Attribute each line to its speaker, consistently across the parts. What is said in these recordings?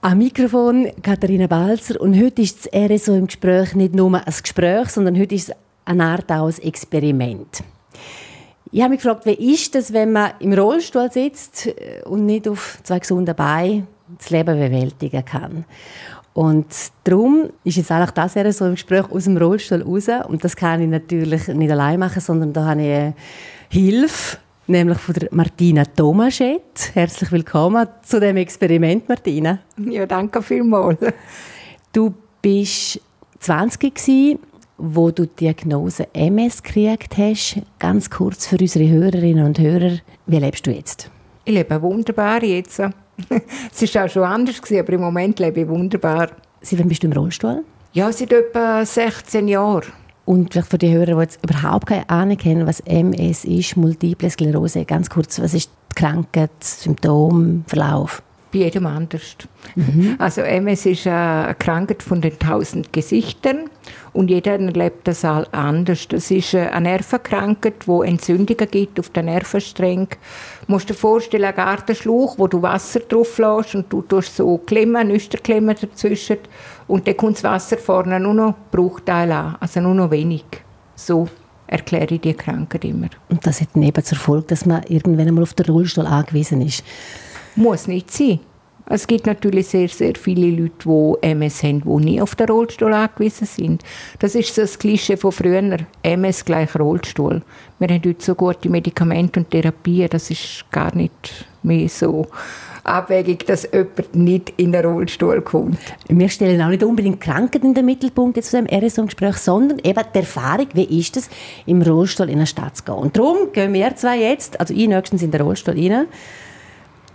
Speaker 1: Am Mikrofon Katharina Balzer und heute ist das RSO im Gespräch nicht nur ein Gespräch, sondern heute ist es eine Art auch ein Experiment. Ich habe mich gefragt, wie ist das, wenn man im Rollstuhl sitzt äh, und nicht auf zwei gesunden Beinen das Leben bewältigen kann. Und darum ist jetzt eigentlich das eher so im Gespräch aus dem Rollstuhl raus. Und das kann ich natürlich nicht allein machen, sondern da habe ich Hilfe, nämlich von der Martina Tomaschett. Herzlich willkommen zu dem Experiment, Martina.
Speaker 2: Ja, danke vielmals.
Speaker 1: Du bist 20 gsi, wo du die Diagnose MS gekriegt hast. Ganz kurz für unsere Hörerinnen und Hörer, wie lebst du jetzt?
Speaker 2: Ich lebe wunderbar jetzt. es war auch schon anders, gewesen, aber im Moment lebe ich wunderbar.
Speaker 1: Seit wann bist du im Rollstuhl?
Speaker 2: Ja, seit etwa 16 Jahren.
Speaker 1: Und vielleicht für die Hörer, die jetzt überhaupt keine Ahnung haben, was MS ist, Multiple Sklerose, ganz kurz, was ist die Krankheit, Symptom, Verlauf?
Speaker 2: Bei jedem anders. Mhm. Also MS ist eine Krankheit von den tausend Gesichtern und jeder erlebt das all anders. Das ist eine Nervenkrankheit, wo Entzündungen gibt auf den Nervensträngen. Du musst dir vorstellen, einen Gartenschlauch, wo du Wasser drauf lässt und du tust so Klemmen, Nüsterklemmen dazwischen und dann kommt das Wasser vorne nur noch Bruchteil an, also nur noch wenig. So erkläre ich die Krankheit immer.
Speaker 1: Und das hat eben zur Folge, dass man irgendwann einmal auf den Rollstuhl angewiesen ist.
Speaker 2: Muss nicht sein. Es gibt natürlich sehr, sehr viele Leute, die MS haben, die nie auf den Rollstuhl angewiesen sind. Das ist so das Klischee von früher. MS gleich Rollstuhl. Wir haben heute so gute Medikamente und Therapien, das ist gar nicht mehr so abwegig, dass jemand nicht in den Rollstuhl kommt.
Speaker 1: Wir stellen auch nicht unbedingt Krankheit in den Mittelpunkt jetzt zu diesem RSO-Gespräch, sondern eben die Erfahrung, wie ist es, im Rollstuhl in eine Stadt zu gehen. Und darum gehen wir zwei jetzt, also ich nächstens in den Rollstuhl rein,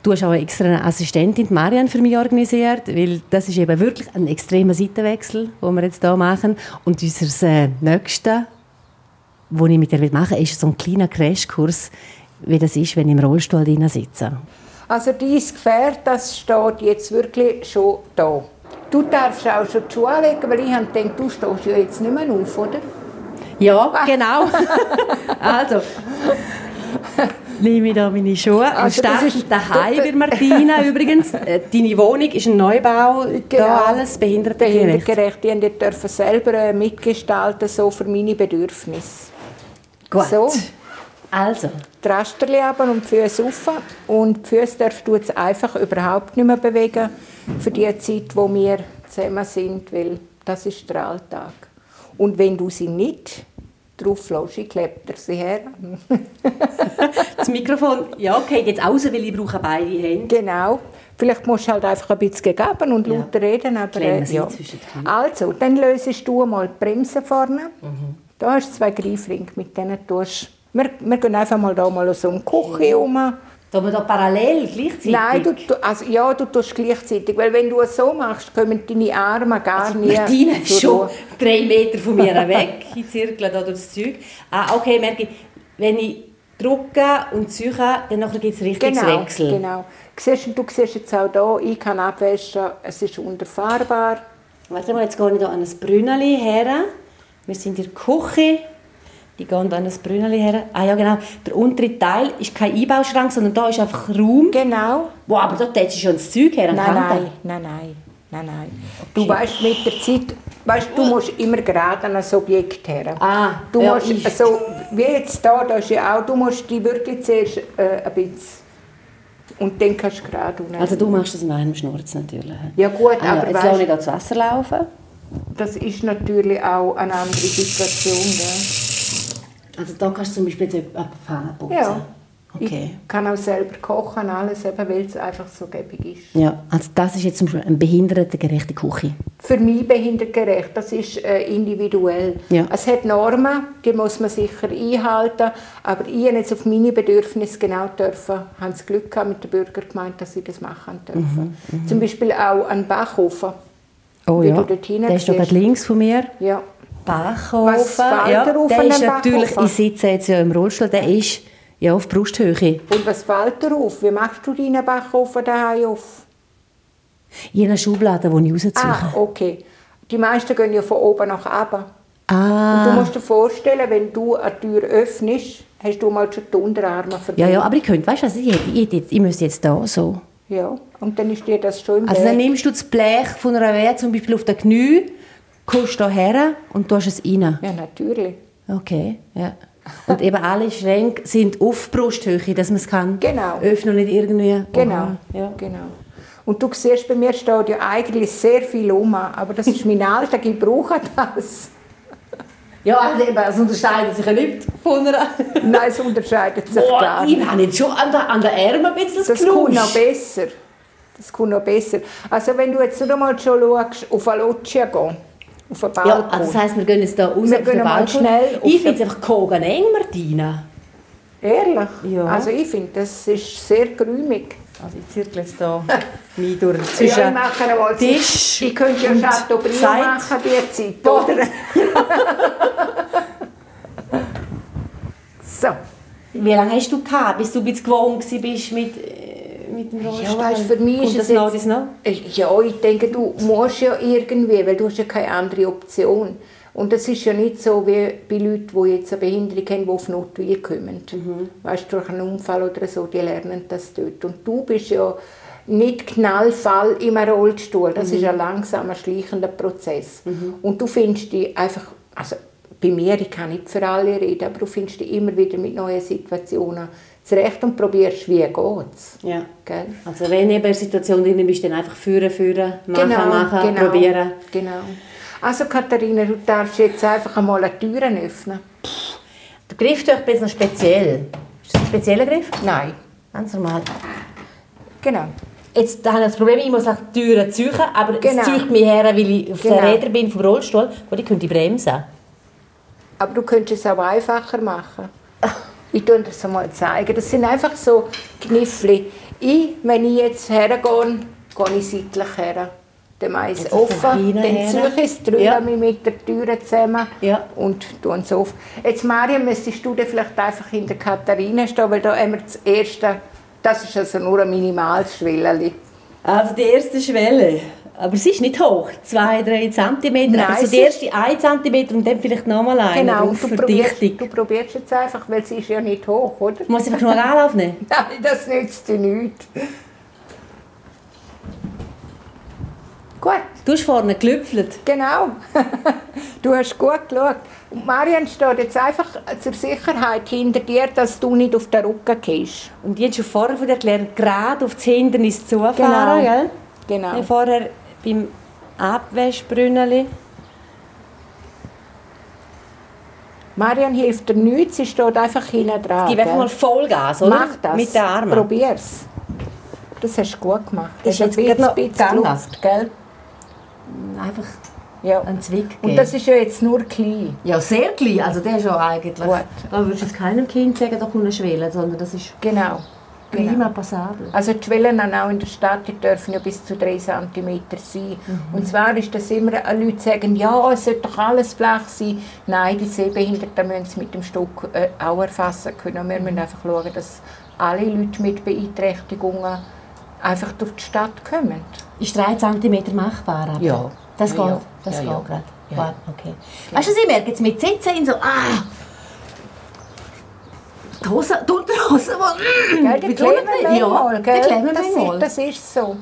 Speaker 1: Du hast auch eine extra eine Assistentin, Marian, für mich organisiert, weil das ist eben wirklich ein extremer Seitenwechsel, den wir jetzt hier machen. Und unser äh, nächstes, was ich mit dir machen will, ist so ein kleiner Crashkurs, wie das ist, wenn ich im Rollstuhl drin sitze.
Speaker 2: Also dein Gefährt, das steht jetzt wirklich schon da. Du darfst auch schon die Schuhe anlegen, weil ich habe gedacht, du stehst ja jetzt nicht mehr auf, oder?
Speaker 1: Ja, genau. also... nehme ich da meine Schuhe also und starte daheim bei Martina übrigens. Äh, Deine Wohnung ist ein Neubau, genau. da alles behindertengerecht.
Speaker 2: Behindertengerecht, die dürfen selber äh, mitgestalten, so für meine Bedürfnisse.
Speaker 1: Gut. So. Also.
Speaker 2: Die Rasterli haben und die Füße auf. Und die Füße darfst du jetzt einfach überhaupt nicht mehr bewegen für die Zeit, wo wir zusammen sind, weil das ist der Alltag. Und wenn du sie nicht drauf lässt, ich klebt er sie her.
Speaker 1: das Mikrofon, ja, okay, jetzt raus, weil ich brauche beide Hände.
Speaker 2: Genau. Vielleicht musst du halt einfach ein bisschen geben und ja. lauter reden. Aber,
Speaker 1: äh, ja.
Speaker 2: Also, dann lösest du mal die Bremse vorne. Mhm. Da hast du zwei Greifringe, mit denen tust wir, wir gehen einfach mal da mal so um die Küche herum. Mhm.
Speaker 1: Tun wir da parallel, gleichzeitig?
Speaker 2: Nein, du, also, ja, du tust gleichzeitig, weil wenn du es so machst, kommen deine Arme gar also, nie
Speaker 1: Martina ist schon Ruhe. drei Meter von mir weg, ich zirkle da durch das Zeug. Ah, okay, merke ich, wenn ich drücke und ziehe, dann gibt es richtig
Speaker 2: genau,
Speaker 1: Wechsel.
Speaker 2: Genau, siehst, du siehst jetzt auch hier, ich kann abwäschen, es ist unterfahrbar.
Speaker 1: Warte mal, jetzt gehe ich hier an ein Brünneli her, wir sind in der Küche. Die gehen da an das Brünneli her. Ah ja, genau. Der untere Teil ist kein Einbauschrank, sondern da ist einfach Raum.
Speaker 2: Genau.
Speaker 1: Wow, aber da tätst du schon das Zeug her.
Speaker 2: Nein, nein, nein, nein, nein, nein. Du weißt mit der Zeit, weißt, du musst immer gerade an ein Objekt her.
Speaker 1: Ah,
Speaker 2: du Uh. ja, musst ich. so wie jetzt da, da ist ja auch, du musst die wirklich zuerst äh, ein bisschen und dann kannst du gerade unten.
Speaker 1: Also du machst das in einem Schnurz natürlich.
Speaker 2: Ja gut,
Speaker 1: ah, ja, aber jetzt lasse ich da das Wasser laufen.
Speaker 2: Das ist natürlich auch eine andere Situation, ja.
Speaker 1: Also da kannst du zum Beispiel jetzt eine Pfanne putzen?
Speaker 2: Ja.
Speaker 1: Okay.
Speaker 2: Ich kann auch selber kochen, alles, weil es einfach so gäbig ist.
Speaker 1: Ja, also das ist jetzt zum Beispiel eine behindertengerechte Küche?
Speaker 2: Für mich behindertengerecht, das ist äh, individuell.
Speaker 1: Ja.
Speaker 2: Es hat Normen, die muss man sicher einhalten, aber ich habe jetzt auf meine Bedürfnisse genau dürfen, habe das Glück gehabt mit den Bürgern gemeint, dass sie das machen dürfen. Mhm, mh. Zum Beispiel auch ein Backofen.
Speaker 1: Oh ja, der ist gerade links von mir.
Speaker 2: Ja.
Speaker 1: Bachhofen.
Speaker 2: Ja,
Speaker 1: der ist natürlich,
Speaker 2: Bachhofen?
Speaker 1: ich sitze jetzt ja im Rollstuhl, der ist ja auf Brusthöhe.
Speaker 2: Und was fällt dir auf? Wie machst du deinen Bachhofen daheim auf?
Speaker 1: In einer Schublade, die ich rausziehe.
Speaker 2: Ah, okay. Die meisten gehen ja von oben nach unten.
Speaker 1: Ah.
Speaker 2: Und du musst dir vorstellen, wenn du eine Tür öffnest, hast du mal schon die Unterarme
Speaker 1: Ja, ja, aber ich könnte, weißt du, also ich, hätte, ich, hätte, ich müsste jetzt da so.
Speaker 2: Ja, und dann ist dir das schon im
Speaker 1: Also dann
Speaker 2: Weg.
Speaker 1: nimmst du das Blech von einer Wehr zum Beispiel auf den Knie, kommst da her und tust es rein.
Speaker 2: Ja, natürlich.
Speaker 1: Okay, ja. Und eben alle Schränke sind auf Brusthöhe, dass man es kann
Speaker 2: Genau.
Speaker 1: öffnen und nicht irgendwie...
Speaker 2: Genau,
Speaker 1: Oha, Ja.
Speaker 2: genau. Und du siehst, bei mir steht ja eigentlich sehr viel um, aber das ist mein Alltag, ich brauche das.
Speaker 1: ja, also eben, es unterscheidet sich ja nicht von einer...
Speaker 2: Nein, es unterscheidet sich
Speaker 1: Boah,
Speaker 2: gar
Speaker 1: ich
Speaker 2: nicht.
Speaker 1: habe jetzt schon an den an den Ärmeln ein bisschen
Speaker 2: Das kommt noch besser. Das kommt noch besser. Also wenn du jetzt nur mal schon schaust, auf eine Loggia gehen, auf einen Balkon.
Speaker 1: Ja, also das heisst, wir gehen jetzt da raus
Speaker 2: Wir
Speaker 1: auf den
Speaker 2: gehen mal
Speaker 1: Balkon.
Speaker 2: schnell auf
Speaker 1: ich
Speaker 2: den-
Speaker 1: finde es einfach kogen eng, Martina.
Speaker 2: Ehrlich?
Speaker 1: Ja.
Speaker 2: Also ich finde, das ist sehr grümig.
Speaker 1: Also ich zirkle es hier nie durch
Speaker 2: ja, ich mache einmal
Speaker 1: Tisch
Speaker 2: Ich könnte ja
Speaker 1: und
Speaker 2: Chateaubriand
Speaker 1: Zeit.
Speaker 2: machen, die Zeit,
Speaker 1: Boah.
Speaker 2: oder? so.
Speaker 1: Wie lange hast du gehabt, bis du ein bisschen gewohnt gewesen bist mit, äh, mit dem Rollstuhl?
Speaker 2: Ja, weißt, für mich
Speaker 1: Kommt
Speaker 2: ist
Speaker 1: das
Speaker 2: es
Speaker 1: noch,
Speaker 2: jetzt-
Speaker 1: das noch?
Speaker 2: Äh, Ja, ich denke, du musst ja irgendwie, weil du hast ja keine andere Option. Und das ist ja nicht so wie bei Leuten, die jetzt eine Behinderung haben, die auf Notwil kommen. Weißt du, durch einen Unfall oder so, die lernen das dort. Und du bist ja nicht Knallfall im Rollstuhl. Das ist ein langsamer, schleichender Prozess. Und du findest dich einfach, also bei mir, ich kann nicht für alle reden, aber du findest dich immer wieder mit neuen Situationen zurecht und probierst, wie geht's.
Speaker 1: Ja.
Speaker 2: Gell?
Speaker 1: Also wenn eben eine Situation drin bist, dann einfach führen, führen, machen, machen,
Speaker 2: genau,
Speaker 1: probieren.
Speaker 2: Genau. Also Katharina, du darfst jetzt einfach einmal eine Tür öffnen.
Speaker 1: Der Griff ist ein bisschen speziell. Ist das ein spezieller Griff?
Speaker 2: Nein.
Speaker 1: Ganz normal.
Speaker 2: Genau.
Speaker 1: Jetzt habe ich das Problem, ich muss nach die Türen ziehen, aber
Speaker 2: Genau.
Speaker 1: es zieht mich her, weil ich auf
Speaker 2: Genau.
Speaker 1: den Rädern bin vom Rollstuhl. Gut, ich könnte bremsen.
Speaker 2: Aber du könntest es auch einfacher machen. Ich tue dir das einmal zeigen. Das sind einfach so Kniffli. Ich, wenn ich jetzt hergehe, gehe ich seitlich her. Dann mache ich es
Speaker 1: Jetzt von
Speaker 2: offen,
Speaker 1: hinten
Speaker 2: dann
Speaker 1: her.
Speaker 2: ziehe ich es, drücke
Speaker 1: Ja.
Speaker 2: mich mit der Tür zusammen
Speaker 1: Ja.
Speaker 2: und tue es auf. Jetzt, Mariam, müsstest du dann vielleicht einfach hinter Katharina stehen, weil da haben wir das erste, das ist also nur ein Minimalschwelle.
Speaker 1: Also die erste Schwelle. Aber sie ist nicht hoch, 2-3 cm.
Speaker 2: Nein,
Speaker 1: also
Speaker 2: sie
Speaker 1: die erste 1 cm und dann vielleicht nochmal eine
Speaker 2: Genau,
Speaker 1: auf
Speaker 2: und du probierst,
Speaker 1: Verdichtung.
Speaker 2: du probierst jetzt einfach, weil sie ist ja nicht hoch, oder?
Speaker 1: Muss ich einfach nur Anlauf nehmen?
Speaker 2: Nein, das nützt dir nichts. Gut,
Speaker 1: Du hast vorne gelüpfelt.
Speaker 2: genau. du hast gut geschaut. Und Marian steht jetzt einfach zur Sicherheit hinter dir, dass du nicht auf den Rücken gehst.
Speaker 1: Und die haben schon vorher von dir gelernt, gerade auf das Hindernis zufahren, gell?
Speaker 2: Genau.
Speaker 1: Ja, vorher beim Abwäschbrünneli.
Speaker 2: Marian hilft dir nichts, sie steht einfach hinten dran.
Speaker 1: Gib einfach
Speaker 2: gell?
Speaker 1: mal Vollgas, oder?
Speaker 2: Mach das.
Speaker 1: Mit den Armen.
Speaker 2: Probier's. Das hast du gut gemacht.
Speaker 1: Das ist jetzt
Speaker 2: Hast ein
Speaker 1: gerade noch
Speaker 2: bisschen
Speaker 1: gegangen.
Speaker 2: Luft, gell?
Speaker 1: Einfach
Speaker 2: Ja.
Speaker 1: einen Zwick
Speaker 2: Und das ist ja jetzt nur klein.
Speaker 1: ja, sehr klein. Also der ist ja eigentlich...
Speaker 2: Gut.
Speaker 1: Da würdest du jetzt keinem Kind sagen, da kommt eine Schwelle, sondern das ist
Speaker 2: Genau.
Speaker 1: prima passabel.
Speaker 2: Also die Schwellen auch in der Stadt die dürfen ja bis zu 3 cm sein. Und zwar ist das immer, äh, Leute sagen, ja, es sollte doch alles flach sein. Nein, die Sehbehinderten müssen es mit dem Stock äh, auch erfassen können. Wir müssen einfach schauen, dass alle Leute mit Beeinträchtigungen einfach durch die Stadt kommen.
Speaker 1: Ist 3 cm machbar? Aber?
Speaker 2: Ja.
Speaker 1: Das
Speaker 2: Ja,
Speaker 1: geht,
Speaker 2: ja.
Speaker 1: das
Speaker 2: Ja,
Speaker 1: geht
Speaker 2: ja.
Speaker 1: gerade.
Speaker 2: Ja. Genau.
Speaker 1: Wow, okay. Weißt du, was ich merke jetzt mit Sitzen in so... Ah! Die Hose, die Unterhose, die...
Speaker 2: Gell, die
Speaker 1: Mit
Speaker 2: kleben
Speaker 1: Unten-
Speaker 2: manchmal,
Speaker 1: Ja, die
Speaker 2: gell?
Speaker 1: kleben
Speaker 2: das,
Speaker 1: manchmal.
Speaker 2: ist, das ist so.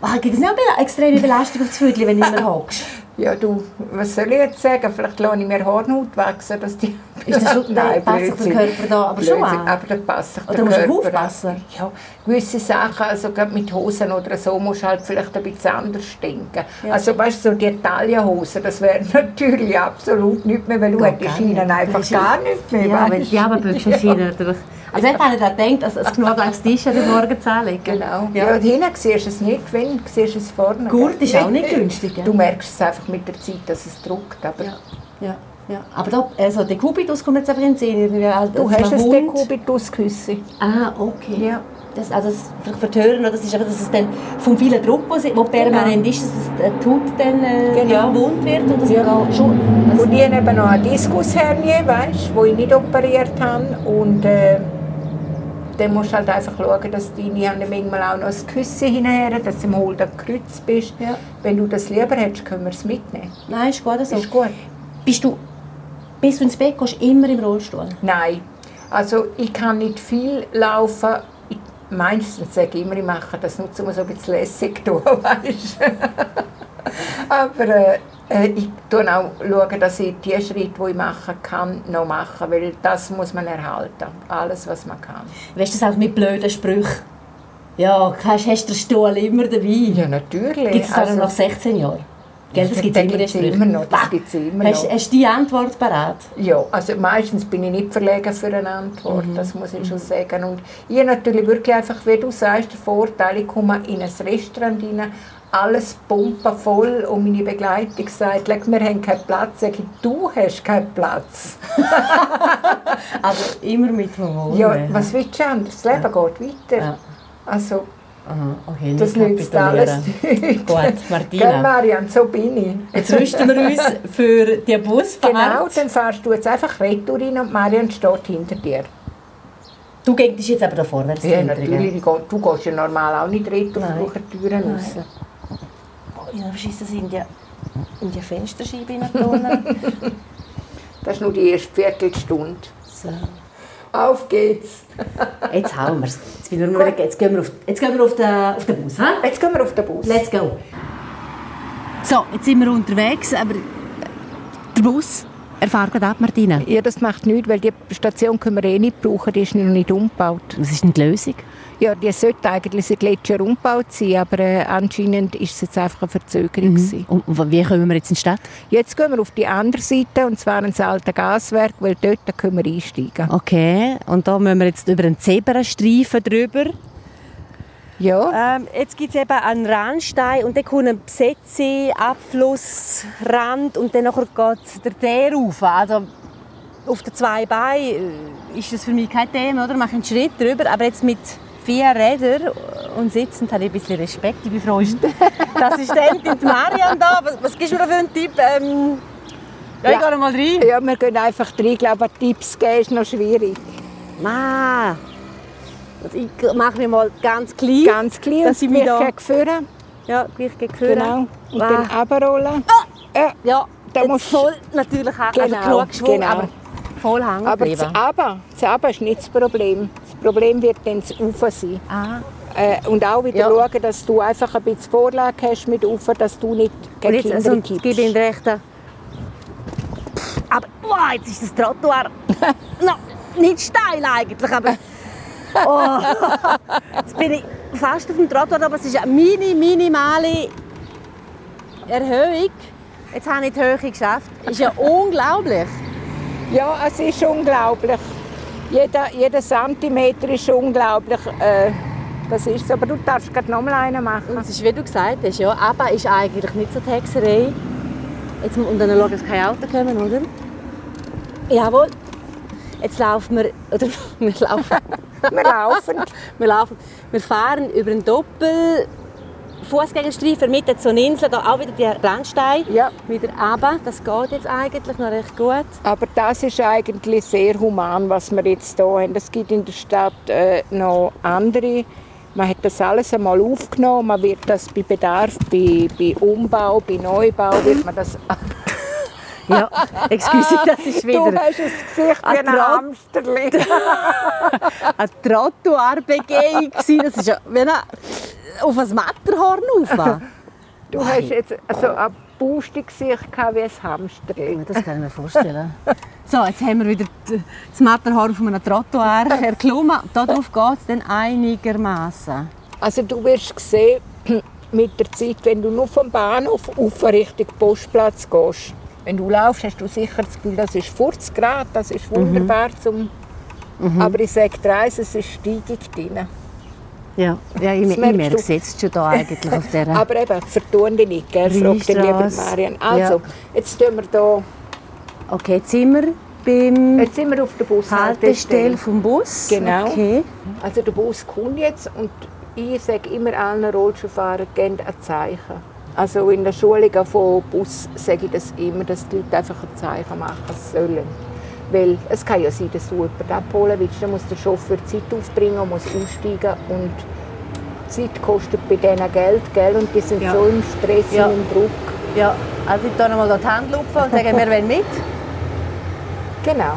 Speaker 1: Ah, gibt es nicht eine extreme Belastung aufs Vögel, wenn du immer hockst?
Speaker 2: Ja, du, was soll ich jetzt sagen? Vielleicht lasse ich mir Haarnut wachsen, dass die...
Speaker 1: Ist das schon- passt sich der
Speaker 2: Blödsinn.
Speaker 1: Körper da aber schon
Speaker 2: Blödsinn,
Speaker 1: an?
Speaker 2: Aber da passt sich
Speaker 1: Oder
Speaker 2: der
Speaker 1: musst du
Speaker 2: Körper
Speaker 1: aufpassen?
Speaker 2: an. Ja, gewisse Sachen, also gerade mit Hosen oder so, musst du halt vielleicht ein bisschen anders denken. Also weißt du, so die Taillenhosen, das wäre natürlich absolut nicht mehr, weil du
Speaker 1: Geht
Speaker 2: hättest
Speaker 1: gar nicht.
Speaker 2: ihnen einfach gar nicht mehr,
Speaker 1: Ja, wenn
Speaker 2: weißt
Speaker 1: die Jabberbüchse schienen natürlich. Also jetzt habe ich daran gedacht, dass es genug als Tisch an den Morgen zu anlegen.
Speaker 2: Genau. Ja.
Speaker 1: Ja.
Speaker 2: und hinten siehst du es nicht, wenn siehst du es vorne.
Speaker 1: Gurt ist
Speaker 2: gell?
Speaker 1: auch nicht günstig, gell?
Speaker 2: Du merkst es einfach mit der Zeit, dass es druckt, aber...
Speaker 1: Ja, ja, ja. Aber da, also der Kubitus kommt jetzt einfach in den Sinn. Irgendwie als-
Speaker 2: Du
Speaker 1: als
Speaker 2: hast es
Speaker 1: Wund.
Speaker 2: den Kubitus küsse.
Speaker 1: Ah, okay.
Speaker 2: Ja.
Speaker 1: Das, also das, vielleicht für die Hörer noch, das ist einfach, dass es dann vom vielen Druck, der wo permanent ist, dass es der Tut dann äh,
Speaker 2: Genau.
Speaker 1: ja, wund wird und dass
Speaker 2: Ja.
Speaker 1: man da schon... Also,
Speaker 2: Wo die eben noch eine Diskushernie, weißt, wo ich nicht operiert habe. Und äh, dann musst du halt einfach schauen, dass die die haben manchmal auch noch das Küssen hinterher, dass du im Holden gekreuz bist.
Speaker 1: Ja.
Speaker 2: Wenn du das lieber hättest, können wir es mitnehmen.
Speaker 1: Nein, ist gut so.
Speaker 2: Ist gut.
Speaker 1: Bist du, bis du ins Bett gehst, immer im Rollstuhl?
Speaker 2: Nein. Also ich kann nicht viel laufen. Ich meistens sage ich immer, ich mache das nur um so ein bisschen lässig zu tun, weißt Aber äh, ich schaue auch, schauen, dass ich die Schritte, die ich machen kann, noch machen, weil das muss man erhalten, alles, was man kann.
Speaker 1: Weißt du das auch mit blöden Sprüchen? Ja, hast, hast du den Stuhl immer dabei?
Speaker 2: Ja, natürlich. Also,
Speaker 1: Gibt es das auch noch nach 16 Jahren? Gell, das gibt es
Speaker 2: Den
Speaker 1: immer, die
Speaker 2: gibt's
Speaker 1: Sprüche.
Speaker 2: immer noch, das
Speaker 1: Ah,
Speaker 2: gibt's immer
Speaker 1: hast,
Speaker 2: noch.
Speaker 1: hast du die Antwort parat?
Speaker 2: Ja, also meistens bin ich nicht verlegen für eine Antwort,
Speaker 1: Mhm.
Speaker 2: das muss ich schon sagen. Und ich habe natürlich wirklich einfach, wie du sagst, den Vorteil, ich komme in ein Restaurant rein, alles pumpen voll und meine Begleitung sagt, «Leg, wir haben keinen Platz, sage ich, du hast keinen Platz.
Speaker 1: Also immer mit dem Wohl.
Speaker 2: Ja, was willst du anders? Das Leben geht weiter.
Speaker 1: Ja.
Speaker 2: Also,
Speaker 1: Aha, okay,
Speaker 2: das
Speaker 1: nicht
Speaker 2: nützt alles
Speaker 1: kapitulieren.
Speaker 2: nichts.
Speaker 1: Gut, Martina.
Speaker 2: Gell, Marian, so bin ich.
Speaker 1: Jetzt rüsten wir uns für die Busfahrt.
Speaker 2: Genau, dann fährst du jetzt einfach retour rein und Marian steht hinter dir.
Speaker 1: Du gehst jetzt aber da vorwärts.
Speaker 2: Ja,
Speaker 1: hinten,
Speaker 2: natürlich.
Speaker 1: gell?
Speaker 2: die gehen- Du gehst ja normal auch nicht retour
Speaker 1: Nein.
Speaker 2: durch die Türen raus.
Speaker 1: Oh, ja, was ist das in die, in die Fensterscheibe hineingegangen?
Speaker 2: Das ist nur die erste Viertelstunde.
Speaker 1: so.
Speaker 2: Auf geht's!
Speaker 1: Jetzt haben wir es. Jetzt, bin ich nur- jetzt gehen wir auf, jetzt gehen wir auf, den, auf den Bus. hä?
Speaker 2: Jetzt gehen wir auf den Bus.
Speaker 1: Let's go. So, jetzt sind wir unterwegs, aber äh, der Bus erfahrt gerade ab, Martina.
Speaker 2: Ja, das macht nichts, weil die Station können wir eh nicht brauchen, die ist noch nicht umgebaut.
Speaker 1: Was ist denn die Lösung?
Speaker 2: Ja, die sollte eigentlich seit letztem Jahr umgebaut sein, aber äh, anscheinend ist es jetzt einfach eine Verzögerung. gewesen.
Speaker 1: Und w- wie kommen wir jetzt in die Stadt?
Speaker 2: Jetzt gehen wir auf die andere Seite, und zwar ins alte Gaswerk, weil dort können wir einsteigen.
Speaker 1: Okay, und da müssen wir jetzt über einen Zebrastreifen drüber.
Speaker 2: Ja,
Speaker 1: Ähm, jetzt gibt es eben einen Randstein und dann kommt ein Besetze, Abflussrand und dann geht der Teer rauf. Also auf den zwei Beinen äh, ist das für mich kein Thema, oder? Mach einen Schritt drüber, aber jetzt mit vier Rädern und sitzend habe ich ein bisschen Respekt, ich bin froh, ist die Assistentin die Marian da. Was, was gibst du mir da für einen Tipp? Ähm, ja, ich
Speaker 2: Ja.
Speaker 1: gehe noch mal rein.
Speaker 2: ja wir gehen einfach rein, Ich glaube Tipps geben ist noch schwierig.
Speaker 1: Ma, also ich mache mich mal ganz klein.
Speaker 2: Ganz klein,
Speaker 1: Dass ich mich da-
Speaker 2: gleich führen.
Speaker 1: ja, gleich gehören.
Speaker 2: Genau. Und
Speaker 1: Ah.
Speaker 2: dann runterrollen. Ja,
Speaker 1: Ja,
Speaker 2: Da
Speaker 1: jetzt
Speaker 2: musst-
Speaker 1: voll natürlich hängen.
Speaker 2: Genau,
Speaker 1: also klug geschwungen,
Speaker 2: genau.
Speaker 1: aber voll hängen
Speaker 2: aber das
Speaker 1: bleiben.
Speaker 2: Aber, das aber ist nicht das Problem. Das Problem wird dann das Ufer sein.
Speaker 1: Ah.
Speaker 2: Äh, und auch wieder
Speaker 1: Ja.
Speaker 2: schauen, dass du einfach ein bisschen Vorlage hast mit Ufer, dass du nicht
Speaker 1: Und
Speaker 2: gegen
Speaker 1: jetzt,
Speaker 2: Kinder
Speaker 1: also, jetzt
Speaker 2: kippst.
Speaker 1: gebe ich in der rechten. Aber wow, jetzt ist das Trottoir no, nicht steil eigentlich, aber oh, jetzt bin ich fast auf dem Trottoir, aber es ist eine dus, mini, minimale Erhöhung. Jetzt habe ich die Höhe geschafft. Ist ja unglaublich.
Speaker 2: Ja, es ist unglaublich. Jeder, jeder Zentimeter ist unglaublich. Äh, das ist so. Aber du darfst gerade noch mal einen machen.
Speaker 1: Und Also, es ist, wie du gesagt hast, ja, aber ist eigentlich nicht so die Hexerei. Jetzt, mu- und dann schauen, dass keine Autos kommen, oder? Jawohl. Jetzt laufen wir, oder wir laufen,
Speaker 2: Wir laufen.
Speaker 1: wir laufen, wir fahren über einen Doppel Fußgängerstreifen mit so eine Insel, da auch wieder die Randsteine,
Speaker 2: Ja.
Speaker 1: wieder runter. Das geht jetzt eigentlich noch recht gut.
Speaker 2: Aber das ist eigentlich sehr human, was wir jetzt hier haben. Es gibt in der Stadt äh, noch andere. Man hat das alles einmal aufgenommen. Man wird das bei Bedarf, bei, bei Umbau, bei Neubau, wird man das...
Speaker 1: Ja, excuse, das ist
Speaker 2: Du hast ein Gesicht wie
Speaker 1: Ein
Speaker 2: ein
Speaker 1: Tra-
Speaker 2: Hamsterli.
Speaker 1: eine Trottoir-Begehung. gewesen. Das ist ja wie ein- auf ein Matterhorn rauf.
Speaker 2: Du hast jetzt so ein Pustegesicht gehabt wie ein Hamsterli.
Speaker 1: Das kann ich mir vorstellen. so, jetzt haben wir wieder die- das Matterhorn von einem Trottoir erklommen. Darauf geht es dann einigermaßen.
Speaker 2: Also du wirst sehen, mit der Zeit, wenn du nur vom Bahnhof auf Richtung Postplatz gehst, wenn du laufst, hast du sicher das Gefühl, das ist 40 Grad, das ist wunderbar
Speaker 1: Mhm.
Speaker 2: zum... Aber ich sage dir eins, es ist Steigung drin.
Speaker 1: Ja, ja ich,
Speaker 2: Das merkst merke du. es
Speaker 1: jetzt schon da eigentlich auf dieser...
Speaker 2: Aber eben, vertun dich nicht, gell? frag den lieben
Speaker 1: Rheinstrasse.
Speaker 2: Marian. Also,
Speaker 1: Ja.
Speaker 2: jetzt, tun wir da,
Speaker 1: Okay, jetzt sind wir beim
Speaker 2: jetzt sind wir auf der Bushaltestelle.
Speaker 1: Äh, Haltestelle vom Bus.
Speaker 2: Genau.
Speaker 1: Okay.
Speaker 2: Also der Bus kommt jetzt und ich sage immer allen Rollstuhlfahrern, gebt ein Zeichen. Also in der Schulung von Bus sage ich das immer, dass die Leute einfach ein Zeichen machen sollen. Weil es kann ja sein, dass du jemanden abholen willst, dann muss der Chauffeur Zeit aufbringen und muss aussteigen und Zeit kostet bei denen Geld, gell? Und die sind
Speaker 1: Ja.
Speaker 2: so im Stress
Speaker 1: Ja.
Speaker 2: und im Druck.
Speaker 1: Ja, also ich hier nochmal die Hand lupfen und sagen, wir wollen mit.
Speaker 2: Genau.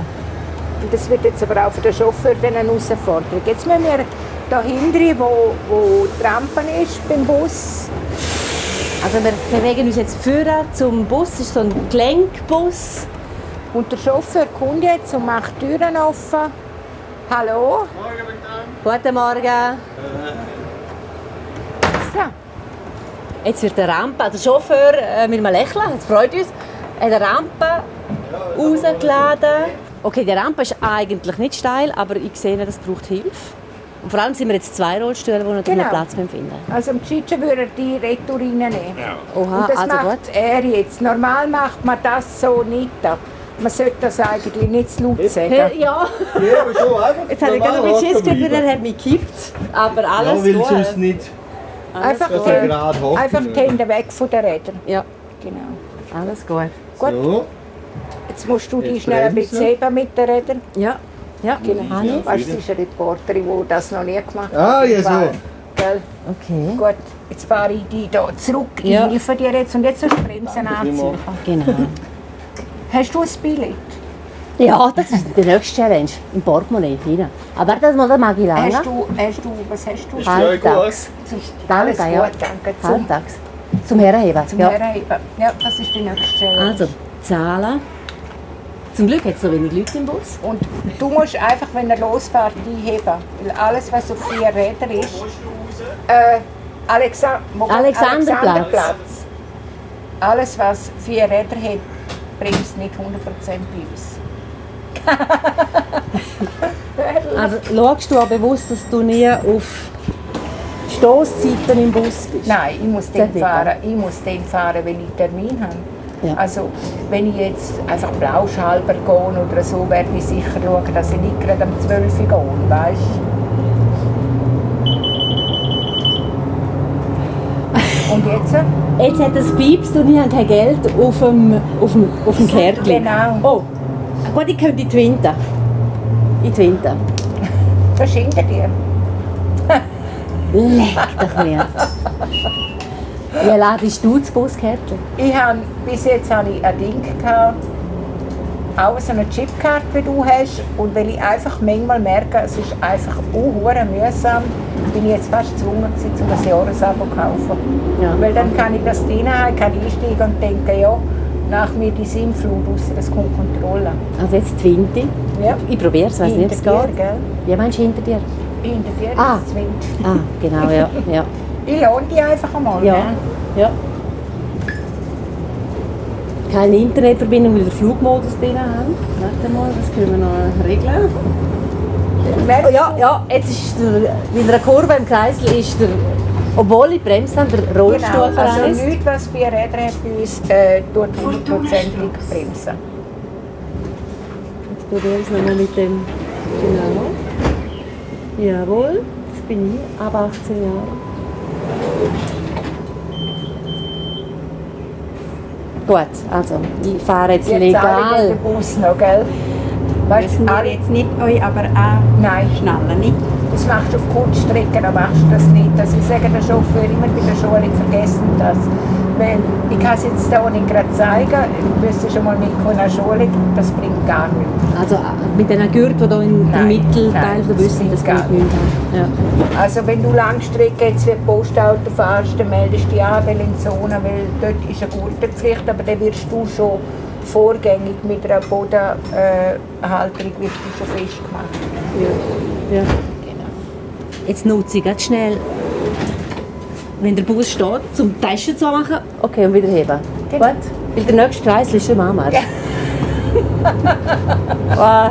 Speaker 2: Und das wird jetzt aber auch für den Chauffeur dann eine Herausforderung. Jetzt müssen wir da hinten, wo, wo die Rampen ist beim Bus.
Speaker 1: Also wir bewegen uns jetzt führen zum Bus. Es ist so ein Gelenkbus.
Speaker 2: Und der Chauffeur kommt jetzt und macht die Türen offen. Hallo?
Speaker 1: Guten Morgen.
Speaker 2: So.
Speaker 1: Jetzt wird der Rampe, der Chauffeur äh, mit einem Lächeln, das freut uns, hat eine Rampe rausgeladen. Okay, die Rampe ist eigentlich nicht steil, aber ich sehe, das braucht Hilfe. Und vor allem sind wir jetzt zwei Rollstühle, die natürlich
Speaker 2: Genau.
Speaker 1: noch Platz finden.
Speaker 2: Also im Tschitschen würde er die Retour reinnehmen.
Speaker 1: Oha,
Speaker 2: und das
Speaker 1: also
Speaker 2: macht
Speaker 1: gut.
Speaker 2: er jetzt. Normal macht man das so nicht. Man sollte das eigentlich nicht zu laut
Speaker 1: Hör,
Speaker 2: sagen.
Speaker 1: ja,
Speaker 3: Ja, aber schon einfach.
Speaker 1: jetzt habe ich gerade noch ein bisschen Schiss gekriegt, weil er hat mich gekippt. Aber alles
Speaker 3: ja, weil
Speaker 1: gut.
Speaker 3: sonst nicht.
Speaker 1: Alles
Speaker 2: Einfach,
Speaker 3: dass
Speaker 1: gut.
Speaker 3: er
Speaker 2: die-
Speaker 3: gerade hockt.
Speaker 2: einfach die Hände weg von den Rädern.
Speaker 1: Ja,
Speaker 2: Genau.
Speaker 1: alles gut.
Speaker 2: Gut,
Speaker 3: So,
Speaker 2: jetzt musst du dich
Speaker 3: Jetzt
Speaker 2: schnell ein
Speaker 3: bremsen.
Speaker 2: bisschen heben mit den Rädern.
Speaker 1: Ja, ja.
Speaker 2: Genau.
Speaker 1: Hanni?
Speaker 2: Weißt du, es ist eine Reporterin, die das noch nie gemacht hat.
Speaker 3: Ah, ja, so. Hm?
Speaker 2: Gell?
Speaker 1: Okay.
Speaker 2: Gut, jetzt fahre ich dich hier zurück.
Speaker 1: Ja.
Speaker 2: Ich helfe dir jetzt und jetzt sollst du die Bremsen anziehen.
Speaker 1: Genau.
Speaker 2: Hast du ein Billett?
Speaker 1: Ja, das ist die nächste Challenge. Im Portemonnaie hinein. Aber das mal, das mag ich lange.
Speaker 2: Hast du, hast du, was hast du?
Speaker 3: Ah.
Speaker 1: Halbtags.
Speaker 2: Alles
Speaker 1: Danke, ja.
Speaker 2: gut, danke. Zum,
Speaker 1: Halbtags. Zum Herrenheben.
Speaker 2: zum
Speaker 1: Ja.
Speaker 2: Herreben. Ja, das ist die nächste Challenge.
Speaker 1: Also, zahlen. Zum Glück hat es so wenig Leute im Bus.
Speaker 2: Und du musst einfach, wenn er losfährt, die heben. Weil alles, was auf vier Rädern ist. Äh, Alexa wo-
Speaker 1: Alexanderplatz.
Speaker 2: Alexanderplatz. Alles, was vier Räder hat, bremst nicht 100% bei uns.
Speaker 1: Also, schaust du auch bewusst, dass du nie auf Stoßzeiten im Bus bist?
Speaker 2: Nein, ich muss
Speaker 1: Das
Speaker 2: den
Speaker 1: nicht,
Speaker 2: fahren, ich muss den fahren, wenn ich Termin habe.
Speaker 1: Ja.
Speaker 2: Also, wenn ich jetzt einfach blauschalber gehe oder so, werde ich sicher schauen, dass ich nicht gerade um 12 Uhr gehe, weißt Und jetzt?
Speaker 1: Jetzt hat es piepst und ich habe kein Geld auf dem, auf dem, auf dem Kärtchen.
Speaker 2: Genau.
Speaker 1: Oh, gut, ich könnte in die Winter. In die Winter.
Speaker 2: Das ist hinter dir.
Speaker 1: Leck doch mir. Wie ladest du das Buskärtchen?
Speaker 2: Ich habe, bis jetzt habe ich ein Ding gehabt, auch so eine Chipkarte, die du hast. Und weil ich einfach manchmal merke, es ist einfach unhure mühsam, bin ich jetzt fast gezwungen gewesen, um ein Jahresabo zu kaufen.
Speaker 1: Ja.
Speaker 2: Weil dann kann ich das drin haben, kann einsteigen und denken, ja, nach mir die SIM-Flugbus, das kommt Kontrolle.
Speaker 1: Also jetzt 20.
Speaker 2: Ja.
Speaker 1: Ich probiere es, weiß nicht, ob es
Speaker 2: Hinter dir,
Speaker 1: geht.
Speaker 2: gell?
Speaker 1: Wie meinst du hinter dir?
Speaker 2: Hinter dir,
Speaker 1: Ah.
Speaker 2: das Wind.
Speaker 1: Ah, genau, ja. ja.
Speaker 2: Ich lohne die einfach einmal.
Speaker 1: Ja,
Speaker 2: ne?
Speaker 1: ja. Keine Internetverbindung, weil wir Flugmodus drin haben. Warte mal, das können wir noch regeln.
Speaker 2: Merkst
Speaker 1: Oh
Speaker 2: du,
Speaker 1: ja, ja, jetzt ist der, in einer Kurve im Kreisel ist der, obwohl ich bremse, habe, der
Speaker 2: Genau,
Speaker 1: Rollstuhl
Speaker 2: also
Speaker 1: verreist.
Speaker 2: nichts, was vier Räder hat bei uns, äh, tut hundertprozentig bremsen.
Speaker 1: Jetzt probieren wir es nochmal mit dem. Genau. Jawohl, das bin ich, ab 18 Jahren. Gut, also ich fahre jetzt
Speaker 2: Jetzt alle
Speaker 1: legal.
Speaker 2: den Bus noch, gell? Weißt
Speaker 4: Müssen
Speaker 2: du,
Speaker 4: wir
Speaker 2: alle,
Speaker 4: jetzt nicht euch aber auch
Speaker 2: nein,
Speaker 4: schnallen, nicht?
Speaker 2: das machst du auf Kurzstrecken, dann machst du das nicht. Also ich sage der Chauffeur immer bei der Schulung, vergessen das. Weil ich kann es jetzt hier nicht gerade zeigen, ich müsste schon mal mitkommen an die Schulung, das bringt gar nichts.
Speaker 1: Also äh, mit den Gürtel, die im
Speaker 2: Nein,
Speaker 1: Mittelteil
Speaker 2: nein,
Speaker 1: der Büste, das
Speaker 2: das geht
Speaker 1: geht nicht an. Ja.
Speaker 2: Also wenn du Langstrecke jetzt wie Postauto fährst, dann meldest du dich an, weil in Zone, weil dort ist eine Gurtenpflicht, aber dann wirst du schon vorgängig mit einer Bodenhalterung äh, Halterung wirst du schon festgemacht.
Speaker 1: Ja. Jetzt nutze ich ganz schnell, wenn der Bus steht, zum die Taschen zu machen. Okay, und wieder heben.
Speaker 2: Genau.
Speaker 1: Gut. Weil der nächste Kreis ist schon am Anmarsch. Ah,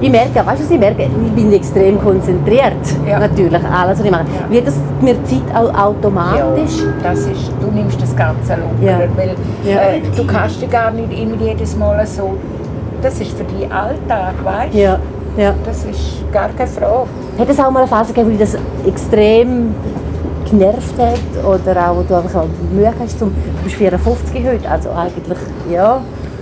Speaker 1: ich merke, weißt du, was ich merke? Ich bin extrem konzentriert.
Speaker 2: Ja.
Speaker 1: Natürlich, alles, was ich mache.
Speaker 2: Ja.
Speaker 1: Wird das mir Zeit auch automatisch?
Speaker 2: Ja, das ist, du nimmst das Ganze lockerer,
Speaker 1: Ja.
Speaker 2: weil
Speaker 1: Ja.
Speaker 2: Äh, du kannst dich gar nicht immer jedes Mal so, das ist für dich Alltag, weißt du?
Speaker 1: Ja. ja.
Speaker 2: Das ist gar keine Frage.
Speaker 1: Hat es auch mal eine Phase gegeben, wo dich das extrem genervt hat oder auch, wo du einfach auch Mühe hast, zum, du bist 54 heute, also eigentlich, ja.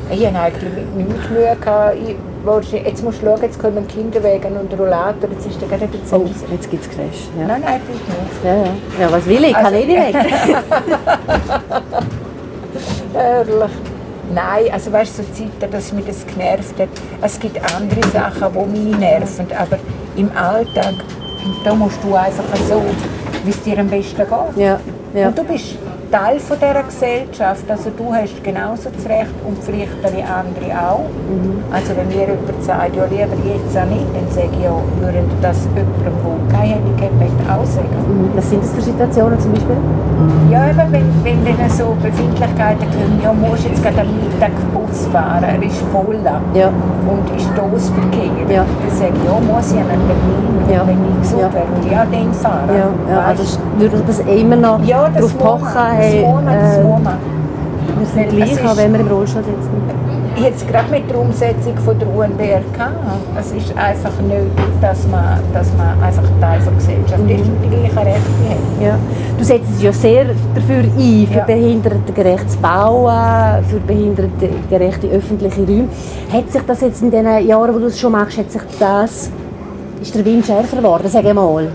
Speaker 2: Ich habe eigentlich mit nichts Mühe gehabt. Ich, wahrscheinlich- jetzt musst du schauen, jetzt kommen Kinderwagen und Rollator, jetzt ist der gerade der
Speaker 1: Oh,
Speaker 2: Zins.
Speaker 1: jetzt gibt es Crash. Ja.
Speaker 2: Nein, nein, bitte nicht.
Speaker 1: Ja, ja. ja, was will ich? Kann
Speaker 2: Also-
Speaker 1: eh nicht weg.
Speaker 2: Ehrlich. Nein, also weißt du, so Zeiten, dass mich das genervt hat. Es gibt andere Sachen, die mich nerven, aber im Alltag Und da musst du einfach so, wie es dir am besten geht.
Speaker 5: Ja, ja.
Speaker 2: Und du bist Teil von dieser Gesellschaft, also du hast genauso das Recht und vielleicht alle anderen auch.
Speaker 5: Mhm.
Speaker 2: Also wenn mir jemand sagt, ja lieber jetzt auch nicht, dann sage ich ja, würde das jemandem, der kein Handicap hat, auch sagen.
Speaker 5: Was sind das für Situationen zum Beispiel?
Speaker 2: Ja, eben, wenn, wenn dann so Befindlichkeiten kommen, ja, musst jetzt gerade am Mittag Bus fahren, er ist voll
Speaker 5: Ja.
Speaker 2: und ist Stoßverkehr.
Speaker 5: Ja.
Speaker 2: Dann sage ich, ja, muss ich an einen Termin,
Speaker 5: Ja.
Speaker 2: wenn ich gesund
Speaker 5: Ja.
Speaker 2: wäre, würde ich auch den fahren.
Speaker 5: Ja, ja
Speaker 2: Weißt?
Speaker 5: also ist- würde man das immer noch
Speaker 2: ja das
Speaker 5: darauf
Speaker 2: muss man,
Speaker 5: pochen, hey,
Speaker 2: das muss man, das
Speaker 5: äh,
Speaker 2: muss man.
Speaker 5: wir sind
Speaker 2: Weil es
Speaker 5: gleich, auch
Speaker 2: ist-
Speaker 5: wenn wir im Rollstuhl sitzen.
Speaker 2: Jetzt gerade mit der Umsetzung von der UNBRK, es ist einfach nötig, dass man, dass man einfach Teil der Gesellschaft ist und die gleichen Rechte hat.
Speaker 5: Ja. Du setzt dich ja sehr dafür ein, für
Speaker 2: Ja.
Speaker 5: behindertengerechtes Bauen, für behindertengerechte öffentliche Räume. Hat sich das jetzt in den Jahren, wo du es schon machst, hat sich das, ist der Wind schärfer geworden, sag ich mal?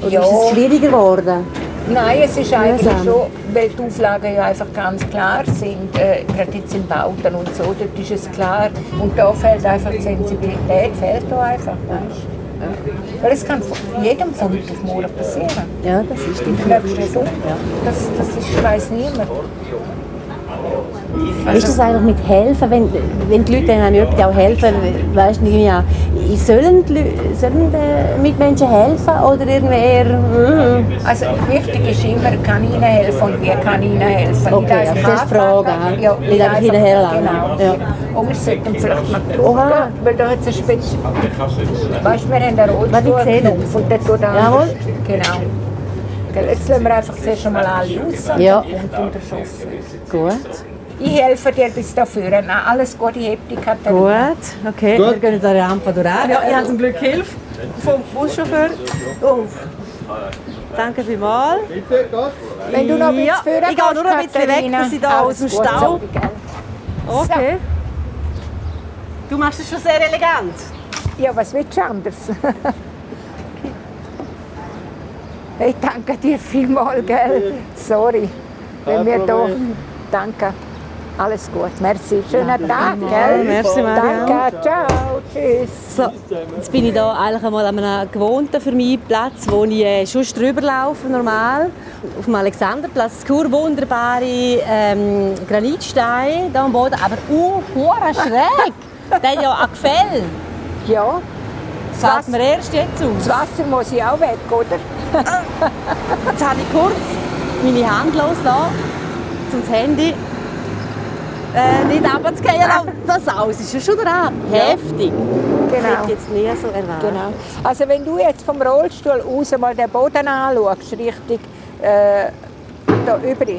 Speaker 5: Oder
Speaker 2: Ja.
Speaker 5: ist es schwieriger geworden?
Speaker 2: Nein, es ist eigentlich
Speaker 5: Mühsam.
Speaker 2: schon, weil die Auflagen ja einfach ganz klar sind, äh, gerade jetzt in Bauten und so, dort ist es klar. Und da fehlt einfach die Sensibilität, fehlt da einfach, weißt du? Weil es kann von jedem von heute auf morgen passieren.
Speaker 5: Ja, das ist
Speaker 2: Im nächsten Stunde. Das, das ist, weiss niemand. Also
Speaker 5: Ist das eigentlich mit helfen, wenn, wenn die Leute dann jemandem auch helfen, weißt du, irgendwie auch, sollen, die Leu- sollen äh, Mitmenschen helfen oder irgendwie eher, mm,
Speaker 2: Also wichtig ist immer, kann ich Ihnen helfen und wie kann ich Ihnen helfen.
Speaker 5: Okay, also das ist die Frage,
Speaker 2: anpacken.
Speaker 5: ja. Nicht einfach hinterherlaufen.
Speaker 2: also, Genau.
Speaker 5: Ja.
Speaker 2: Und wir sollten vielleicht mal
Speaker 5: Oha.
Speaker 2: drüber gehen, weil da hat es eine Spitze. Weißt du, wir haben einen
Speaker 5: Warte, ich sehe
Speaker 2: Rotstuhlknopf und der tut alles.
Speaker 5: Jawohl.
Speaker 2: Genau. Gell, Jetzt lassen wir einfach zuerst einmal alle raus und
Speaker 5: Ja.
Speaker 2: dann kommt unter das Sofa.
Speaker 5: gut,
Speaker 2: Ich helfe dir bis dafür. Na, alles Gute, ich hab die Katharina.
Speaker 5: gut, okay, wir gehen da eine Rampe durch an.
Speaker 1: Ja, ich habe zum Glück Hilfe vom Buschauffeur. Oh. Danke vielmals.
Speaker 2: Wenn du noch ein bisschen
Speaker 1: Ja,
Speaker 2: führen
Speaker 1: ich gehe nur noch ein
Speaker 2: kannst,
Speaker 1: bisschen weg,
Speaker 2: Katharina,
Speaker 1: dass ich da
Speaker 2: alles
Speaker 1: aus dem
Speaker 2: Gute.
Speaker 1: Stau- Okay. Du machst es schon sehr elegant.
Speaker 2: Ja, was willst du anders? Ich danke dir vielmals, gell? Sorry, wenn wir da. Danke. Alles gut, merci. Schönen Tag, gell?
Speaker 1: Merci, Marianne.
Speaker 2: Danke, ciao, tschüss.
Speaker 5: So, jetzt bin ich da eigentlich einmal an einem gewohnten für mich Platz, wo ich äh, sonst drüber laufe, normal. Auf dem Alexanderplatz, Kur, wunderbare ähm, Granitsteine da am Boden, aber uh, hure schräg. Der hat ja auch gefällt.
Speaker 2: Ja,
Speaker 5: Fällt mir erst jetzt aus.
Speaker 2: das Wasser muss ich auch weg, oder?
Speaker 5: Jetzt habe ich kurz meine Hand losgelassen, um das Handy äh, nicht runterzugehen.
Speaker 2: Ah,
Speaker 5: Aber Das alles ist ja schon dran. Heftig. Das hätte
Speaker 2: Genau.
Speaker 5: ich jetzt nie so erwartet.
Speaker 2: genau. Also, wenn du jetzt vom Rollstuhl aus mal den Boden anschaust, richtig äh, da über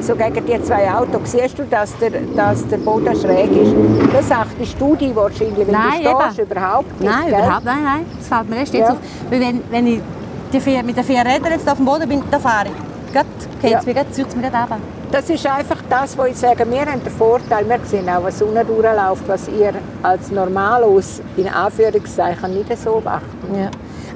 Speaker 2: so gegen die zwei Autos, siehst du, dass der, dass der Boden schräg ist. Das achtest du dir wahrscheinlich, wenn
Speaker 5: Nein,
Speaker 2: du
Speaker 5: eben.
Speaker 2: stehst, überhaupt nicht.
Speaker 5: Nein,
Speaker 2: gell?
Speaker 5: überhaupt nein, nein. Das fällt mir erst jetzt
Speaker 2: Ja.
Speaker 5: auf. Weil wenn, wenn ich die vier, mit den vier Rädern jetzt auf dem Boden bin, dann fahre ich. Geht,
Speaker 2: Ja.
Speaker 5: geht's mir, geht, zieht's mir gerade runter.
Speaker 2: Das ist einfach das, was ich sage. Wir haben den Vorteil, wir sehen auch, was unten durchläuft, was ihr als Normalos in Anführungszeichen nicht so macht.
Speaker 5: Ja.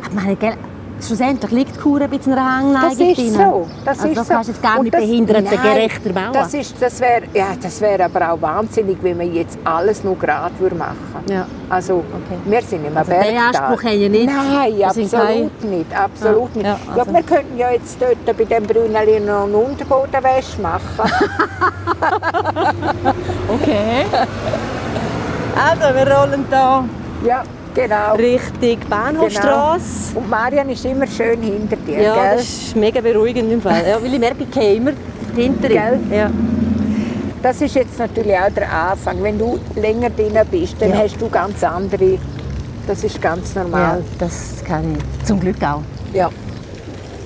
Speaker 5: Aber meine, gell, schlussendlich liegt die Kur ein bisschen in einer Hangneigung
Speaker 2: Das ist
Speaker 5: drin.
Speaker 2: so. Das
Speaker 5: also
Speaker 2: ist
Speaker 5: das
Speaker 2: so.
Speaker 5: kannst du jetzt gar
Speaker 2: Und
Speaker 5: nicht
Speaker 2: das-
Speaker 5: behindertengerechter
Speaker 2: Nein,
Speaker 5: bauen.
Speaker 2: Das, ist- das wäre ja, das wär aber auch wahnsinnig, wenn man jetzt alles nur gerade würde machen
Speaker 5: Ja.
Speaker 2: Also, wir sind im also
Speaker 5: den Anspruch haben wir nicht.
Speaker 2: Nein,
Speaker 5: Wir sind
Speaker 2: absolut nicht. Absolut
Speaker 5: Ja,
Speaker 2: nicht.
Speaker 5: ja,
Speaker 2: Ich
Speaker 5: also-
Speaker 2: glaube, wir könnten ja jetzt dort bei dem Brünneli noch eine Unterbodenwäsche machen.
Speaker 5: Okay.
Speaker 1: Also, wir rollen hier
Speaker 2: ja, genau.
Speaker 5: Richtig Bahnhofstrasse.
Speaker 2: Und Marian ist immer schön hinter dir,
Speaker 5: Ja,
Speaker 2: gell?
Speaker 5: das ist mega beruhigend im Fall. Ja, weil ich merke, ich gehe immer hinter
Speaker 2: Gell?
Speaker 5: ihm. Ja.
Speaker 2: Das ist jetzt natürlich auch der Anfang. Wenn du länger drin bist, dann
Speaker 5: Ja.
Speaker 2: hast du ganz andere. Das ist ganz
Speaker 5: ja,
Speaker 2: normal.
Speaker 5: das kann ich. Zum Glück auch.
Speaker 2: Ja.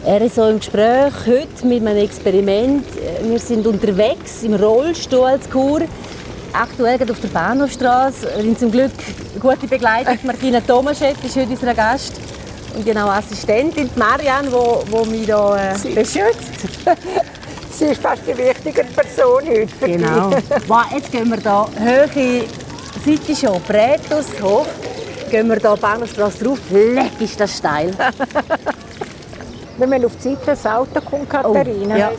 Speaker 5: Er ist so im Gespräch heute mit einem Experiment. Wir sind unterwegs im Rollstuhl als Kur. Aktuell gerade auf der Bahnhofstraße. Wir haben zum Glück gute Begleitung. Martina Tomaschek ist heute unser Gast. Und genau Assistentin die Marianne, die, die mich hier äh, beschützt.
Speaker 2: Sie ist fast die wichtigere Person heute für
Speaker 5: Genau.
Speaker 2: dich.
Speaker 5: wow, jetzt gehen wir hier hohe Seite schon, Brätushof. Gehen wir hier Bahnhofstrasse drauf. Leck, ist das steil.
Speaker 2: Wenn man auf die Seite das Auto kommt,
Speaker 5: Oh,
Speaker 2: Katharina.
Speaker 5: ja.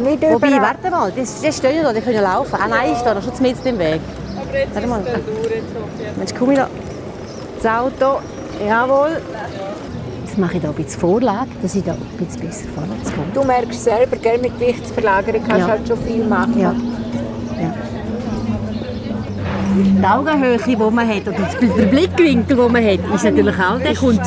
Speaker 2: Nicht
Speaker 5: Wobei,
Speaker 2: überall.
Speaker 5: warte mal, das, das stehen ja da, die können ja laufen. Ah nein, ich stehe noch schon mitten im Weg.
Speaker 1: Aber jetzt
Speaker 5: Warte mal.
Speaker 1: durch, jetzt hoffe
Speaker 5: Mensch, komm ich noch. Das Auto, jawohl. mache ich da ein bisschen Vorlage, dass ich da ein bisschen besser vorwärts komme.
Speaker 2: Du merkst selber, gell, mit Gewichtsverlagerung kannst du
Speaker 5: Ja.
Speaker 2: halt schon viel machen.
Speaker 5: Ja. ja. Die Augenhöhe, die man hat, oder der Blickwinkel, den man hat, ist natürlich auch, der kommt 50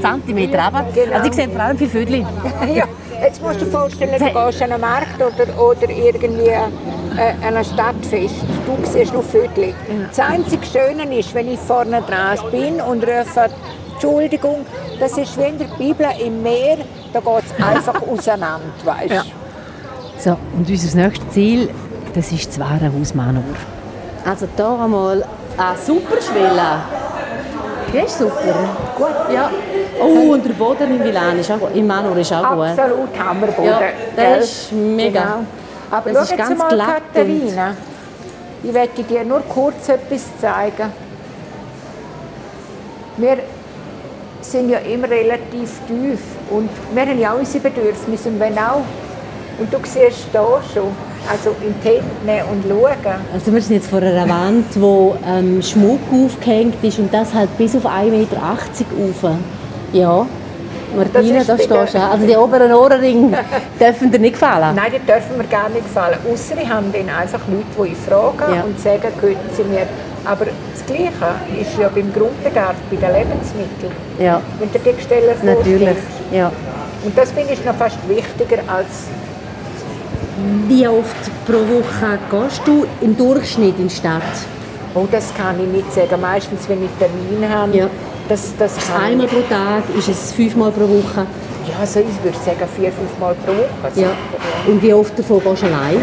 Speaker 5: cm runter. Also ich sehe vor allem für Vögel.
Speaker 2: Ja, jetzt musst du dir vorstellen, du gehst an einen Markt oder, oder irgendwie äh, an ein Stadtfest. Du siehst nur Vögel. Das einzige Schöne ist, wenn ich vorne dran bin und rufe, Entschuldigung, das ist wie in der Bibel im Meer, da geht es einfach auseinander, weißt du.
Speaker 5: Ja. So, und unser nächstes Ziel, das ist das wahre Haus Manor. Also da einmal eine super Schwelle. Die ist super.
Speaker 2: Gut.
Speaker 5: Ja. Oh, und der Boden in Milan ist auch gut. In Manor ist auch gut.
Speaker 2: Absolut Hammerboden.
Speaker 5: Ja, der
Speaker 2: gell?
Speaker 5: ist mega.
Speaker 2: Genau. Aber
Speaker 5: Das
Speaker 2: schau
Speaker 5: ist
Speaker 2: jetzt
Speaker 5: ganz
Speaker 2: mal,
Speaker 5: glatt und-
Speaker 2: Katharina, ich werde dir nur kurz etwas zeigen. Wir sind ja immer relativ tief und wir haben ja auch unsere Bedürfnisse und wenn auch. Und du siehst da schon, also in die Hände nehmen und schauen.
Speaker 5: Also wir sind jetzt vor einer Wand, wo ähm, Schmuck aufgehängt ist und das halt bis auf 1,80 Meter rauf. Ja. Martina,
Speaker 2: ist
Speaker 5: da
Speaker 2: bei der-
Speaker 5: stehst du auch. Also die oberen Ohrringe dürfen dir nicht gefallen.
Speaker 2: Nein, die dürfen mir gar nicht gefallen. Außer ich habe dann einfach Leute, die ich frage
Speaker 5: Ja.
Speaker 2: und sagen, könnten sie mir. Aber das Gleiche ist ja beim Grundbedarf, bei den Lebensmitteln.
Speaker 5: Ja,
Speaker 2: Wenn du dir die Stelle vorstellst.
Speaker 5: natürlich. Ja.
Speaker 2: Und das finde ich noch fast wichtiger als.
Speaker 5: Wie oft pro Woche gehst du im Durchschnitt in die Stadt?
Speaker 2: Oh, das kann ich nicht sagen. Meistens, wenn ich Termin habe,
Speaker 5: Ja.
Speaker 2: das, das kann
Speaker 5: Einmal
Speaker 2: ich.
Speaker 5: pro Tag, ist es fünfmal pro Woche?
Speaker 2: Ja, also ich würde sagen, vier, fünf Mal pro Woche. Also,
Speaker 5: Ja. Und wie oft davon gehst du allein?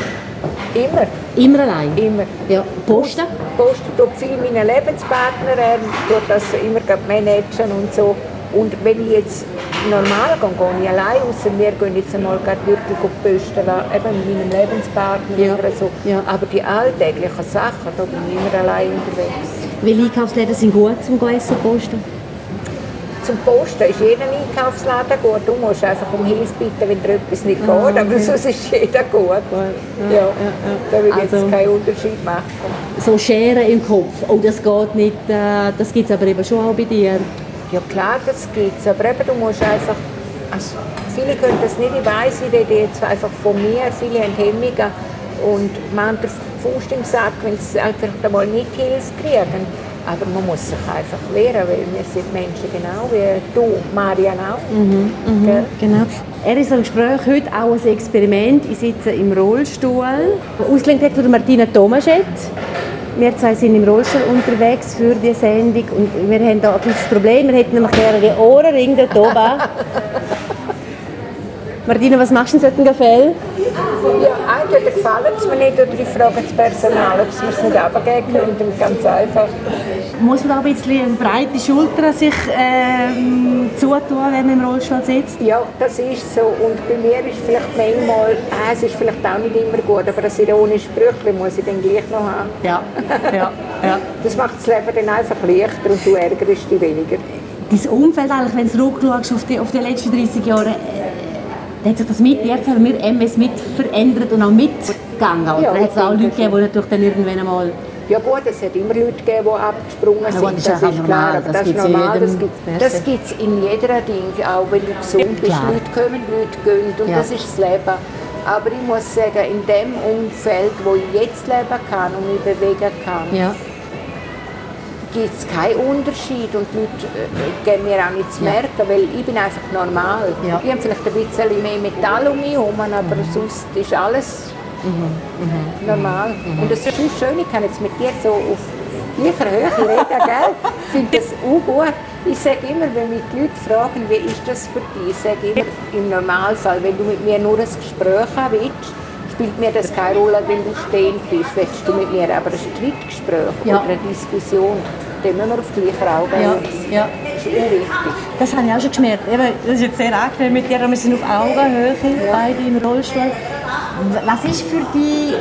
Speaker 2: Immer,
Speaker 5: Immer allein?
Speaker 2: immer.
Speaker 5: Ja. Posten?
Speaker 2: Posten tut viel meine Lebenspartner, er tut das immer gerade managen und so. Und wenn ich jetzt normal gehe, gehe ich allein raus. Wir gehen jetzt einmal gerade wirklich auf die Posten, lassen, eben mit meinem Lebenspartner
Speaker 5: Ja.
Speaker 2: oder so.
Speaker 5: Ja.
Speaker 2: Aber die alltäglichen Sachen, da bin ich immer allein unterwegs.
Speaker 5: Welche Einkaufsläden sind gut zum gehen Essen posten?
Speaker 2: Zum Posten ist jeder Einkaufsladen gut. Du musst einfach um Hilfe bitten, wenn dir etwas nicht geht. Aber sonst ist jeder Ah, gut. Ja, Da will ich
Speaker 5: Also-
Speaker 2: jetzt keinen Unterschied machen.
Speaker 5: So Scheren im Kopf, oh das geht nicht, äh, das gibt es aber eben schon auch bei dir.
Speaker 2: Ja klar, das gibt es, aber eben, du musst einfach, also viele können das nicht, ich weiss, ich rede jetzt einfach von mir, viele haben Hemmungen und man hat den Fuß im Sack, wenn sie einfach einmal nicht Hilfe kriegen. Aber man muss sich einfach wehren, weil wir sind Menschen genau wie du, Marian auch. Gell?
Speaker 5: Genau. Er ist am Gespräch, heute auch ein Experiment. Ich sitze im Rollstuhl. Ausgelenkt hat von Martina Tomaschet. Wir zwei sind im Rollstuhl unterwegs für die Sendung und wir haben da ein kleines Problem. Wir hätten nämlich gerne die Ohrenringe dort oben. Martina, was machst du in solchen Fällen?
Speaker 2: Ja, entweder gefallen es mir nicht oder ich frage das Personal, ob sie mir es nicht runtergeben können, ganz einfach.
Speaker 5: Muss man da ein bisschen eine breite Schulter sich ähm, zutun, wenn man im Rollstuhl sitzt?
Speaker 2: Ja, das ist so. Und bei mir ist vielleicht manchmal, ah, es ist vielleicht auch nicht immer gut, aber das ironische Sprüchchen muss ich dann gleich noch haben.
Speaker 5: Ja, ja, ja.
Speaker 2: Das macht das Leben dann einfach leichter und du ärgerst dich weniger.
Speaker 5: Dein Umfeld, eigentlich, wenn du zurückschaust auf die, auf die letzten 30 Jahre, äh, hat sich das mit, jetzt haben wir MS mit verändert und auch mitgegangen. Oder
Speaker 2: Ja,
Speaker 5: hat es auch
Speaker 2: ich
Speaker 5: Leute
Speaker 2: denke
Speaker 5: gegeben, die natürlich dann irgendwann einmal...
Speaker 2: Ja gut, es hat immer Leute gegeben, die abgesprungen
Speaker 5: gut,
Speaker 2: sind,
Speaker 5: das ist
Speaker 2: das
Speaker 5: einfach
Speaker 2: ist
Speaker 5: normal,
Speaker 2: klar, aber
Speaker 5: das
Speaker 2: das ist
Speaker 5: gibt's in
Speaker 2: normal, das
Speaker 5: jedem
Speaker 2: gibt
Speaker 5: Märchen.
Speaker 2: das gibt's in jeder Ding, auch wenn du gesund bist,
Speaker 5: Klar.
Speaker 2: Leute kommen, Leute gehen und
Speaker 5: Ja.
Speaker 2: das ist das Leben. Aber ich muss sagen, in dem Umfeld, wo ich jetzt leben kann und mich bewegen kann,
Speaker 5: Ja,
Speaker 2: gibt es keinen Unterschied und die Leute äh, geben mir auch nichts zu merken, weil ich bin einfach normal.
Speaker 5: Ja.
Speaker 2: Ich habe vielleicht ein bisschen mehr Metall um mich herum, aber sonst ist alles normal.
Speaker 5: Mhm.
Speaker 2: Und das ist schon schön, ich kann jetzt mit dir so auf gleicher Höhe reden, gell? Ich finde das auch gut. Ich sage immer, wenn mich die Leute fragen, wie ist das für dich, ich sage immer, im Normalfall, wenn du mit mir nur ein Gespräch haben willst, spielt mir das keine Rolle, wenn du stehend bist. Willst du mit mir aber ein Streitgespräch
Speaker 5: Ja.
Speaker 2: oder eine Diskussion, dann müssen wir auf gleicher Augenhöhe sein.
Speaker 5: ja.
Speaker 2: Das ist unwichtig.
Speaker 5: Das habe ich auch schon gemerkt. Eben, das ist jetzt sehr angenehm mit dir, aber wir sind auf Augenhöhe, beide im Rollstuhl. W- Was ist für dich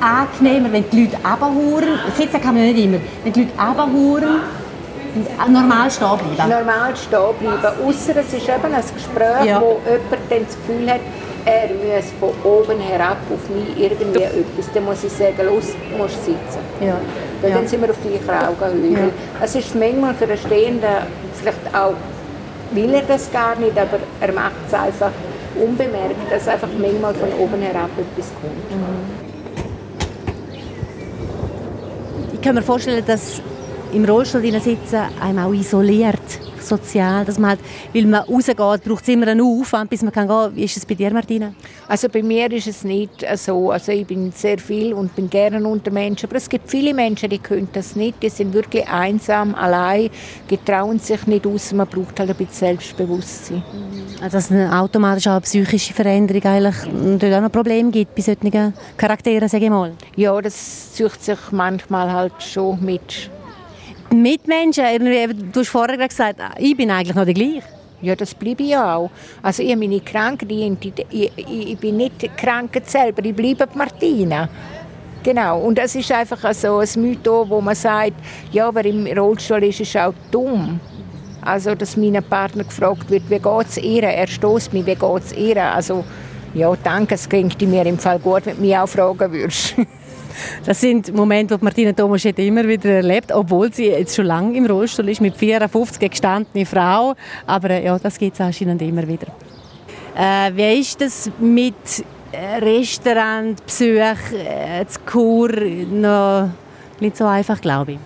Speaker 5: angenehmer, wenn die Leute runterhuren? Sitzen kann man nicht immer. Wenn die Leute runterhuren, und normal stehen bleiben.
Speaker 2: normal stehen bleiben. Außer es ist eben ein Gespräch,
Speaker 5: Ja.
Speaker 2: wo jemand dann das Gefühl hat, er müsse von oben herab auf mich irgendwie etwas. Dann muss ich sagen, los, du musst sitzen.
Speaker 5: Ja.
Speaker 2: Weil
Speaker 5: Ja.
Speaker 2: Dann sind wir auf gleicher Augenhöhe.
Speaker 5: Ja.
Speaker 2: Es ist manchmal für den Stehenden vielleicht auch will er das gar nicht, aber er macht es einfach unbemerkt, dass einfach manchmal von oben herab etwas kommt.
Speaker 1: Ich kann mir vorstellen, dass im Rollstuhl drinnen sitzen einem auch isoliert, sozial, dass man halt, weil man rausgeht, braucht es immer einen Aufwand, bis man kann gehen. Wie ist es bei dir, Martina?
Speaker 2: Also bei mir ist es nicht so. Also ich bin sehr viel und bin gerne unter Menschen. Aber es gibt viele Menschen, die können das nicht. Die sind wirklich einsam, allein, getrauen sich nicht aus. Man braucht halt ein bisschen Selbstbewusstsein.
Speaker 1: Also dass es automatisch auch eine psychische Veränderung eigentlich dort auch noch Probleme gibt bei solchen Charakteren, sage ich mal.
Speaker 2: Ja, das zieht sich manchmal halt schon mit.
Speaker 1: Die Mitmenschen, irgendwie, du hast vorher gerade gesagt, ich bin eigentlich noch der gleiche.
Speaker 2: Ja, das bleibe ich auch. Also ich habe meine Krankheit, ich, ich, ich bin nicht krank selber, ich bleibe die Martina. Genau, und das ist einfach so ein Mythos, wo man sagt, ja, wer im Rollstuhl ist, ist auch dumm. Also, dass meinem Partner gefragt wird, wie geht es ihr? Er stößt mich, wie geht es ihr? Also, ja, danke, es klingt mir im Fall gut, wenn du mich auch fragen würdest.
Speaker 1: Das sind Momente, die Martina Tomaschetti immer wieder erlebt, obwohl sie jetzt schon lange im Rollstuhl ist, mit 54 eine gestandene Frau. Aber äh, ja, das gibt es anscheinend immer wieder. Äh, wie ist das mit äh, Restaurantbesuch äh, zu Kur? Noch nicht so einfach, glaube ich.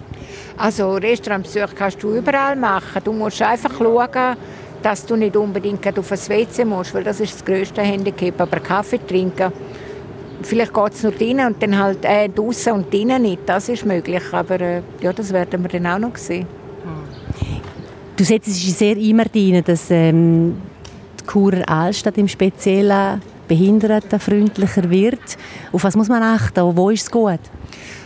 Speaker 2: Also Restaurantbesuche kannst du überall machen. Du musst einfach schauen, dass du nicht unbedingt gerade auf ein WC musst, weil das ist das grösste Handicap. Aber Kaffee trinken, vielleicht geht es nur drinnen und dann halt äh, draußen und drinnen nicht, das ist möglich. Aber äh, ja, das werden wir dann auch noch sehen.
Speaker 1: Du setzt dich sehr immer rein, dass ähm, die Kurer Altstadt im Speziellen behindertenfreundlicher wird. Auf was muss man achten? Und Wo ist es gut?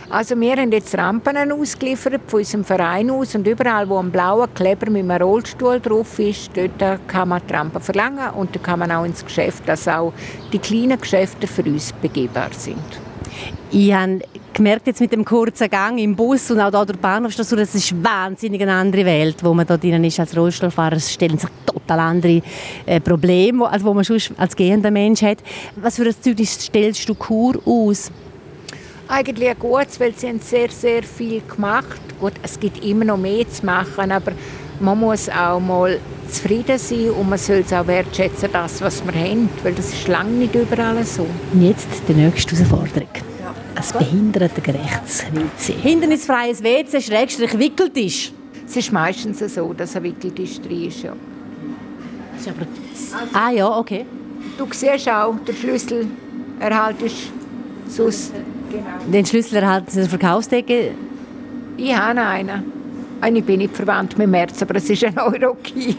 Speaker 2: Also wir haben jetzt Rampen ausgeliefert von unserem Verein aus und überall, wo ein blauer Kleber mit einem Rollstuhl drauf ist, dort kann man die Rampen verlangen und da kann man auch ins Geschäft, dass auch die kleinen Geschäfte für uns begehbar sind.
Speaker 1: Ich habe gemerkt jetzt mit dem kurzen Gang im Bus und auch hier durch die Bahnhofstation, das ist wahnsinnig eine andere Welt, wo man da drinnen ist als Rollstuhlfahrer. Es stellen sich total andere äh, Probleme, wo- als wo man sonst als gehender Mensch hat. Was für ein Zeug ist- stellst du Kur aus?
Speaker 2: Eigentlich ein gutes, weil sie haben sehr, sehr viel gemacht. Gut, es gibt immer noch mehr zu machen, aber man muss auch mal zufrieden sein und man soll es auch wertschätzen, das, was wir haben, weil das ist lange nicht überall so.
Speaker 1: Und jetzt die nächste Herausforderung. Ein behindertengerechtes WC. Hindernisfreies WC, Schrägstrich Wickeltisch.
Speaker 2: Es ist meistens so, dass ein Wickeltisch drin ist. Ja.
Speaker 1: Das ist aber... Ah ja, okay.
Speaker 2: Du siehst auch, der Schlüssel erhalt ist sonst.
Speaker 1: Den Schlüssel erhalten Sie in der Verkaufsdecke.
Speaker 2: Ich habe einen. Eine bin nicht verwandt mit März, aber es ist ein Euro-Key.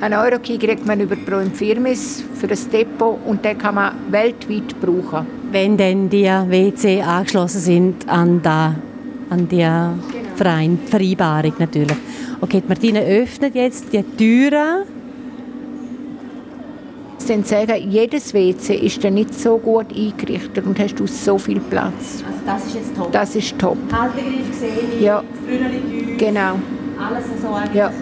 Speaker 2: Ein Euro-Key kriegt man über Pro Firmis für das Depot und den kann man weltweit brauchen.
Speaker 1: wenn denn die WC angeschlossen sind an da an die Verein, Vereinbarung natürlich. Okay, die Martina öffnet jetzt die Türe.
Speaker 2: Ich würde sagen, jedes WC ist dann nicht so gut eingerichtet und hast du so viel Platz.
Speaker 1: Also das ist jetzt top.
Speaker 2: Das ist top.
Speaker 1: Haltegriff gesehen,
Speaker 2: Ja.
Speaker 1: Brünneli
Speaker 2: Genau.
Speaker 1: alles so eigentlich
Speaker 2: Ja.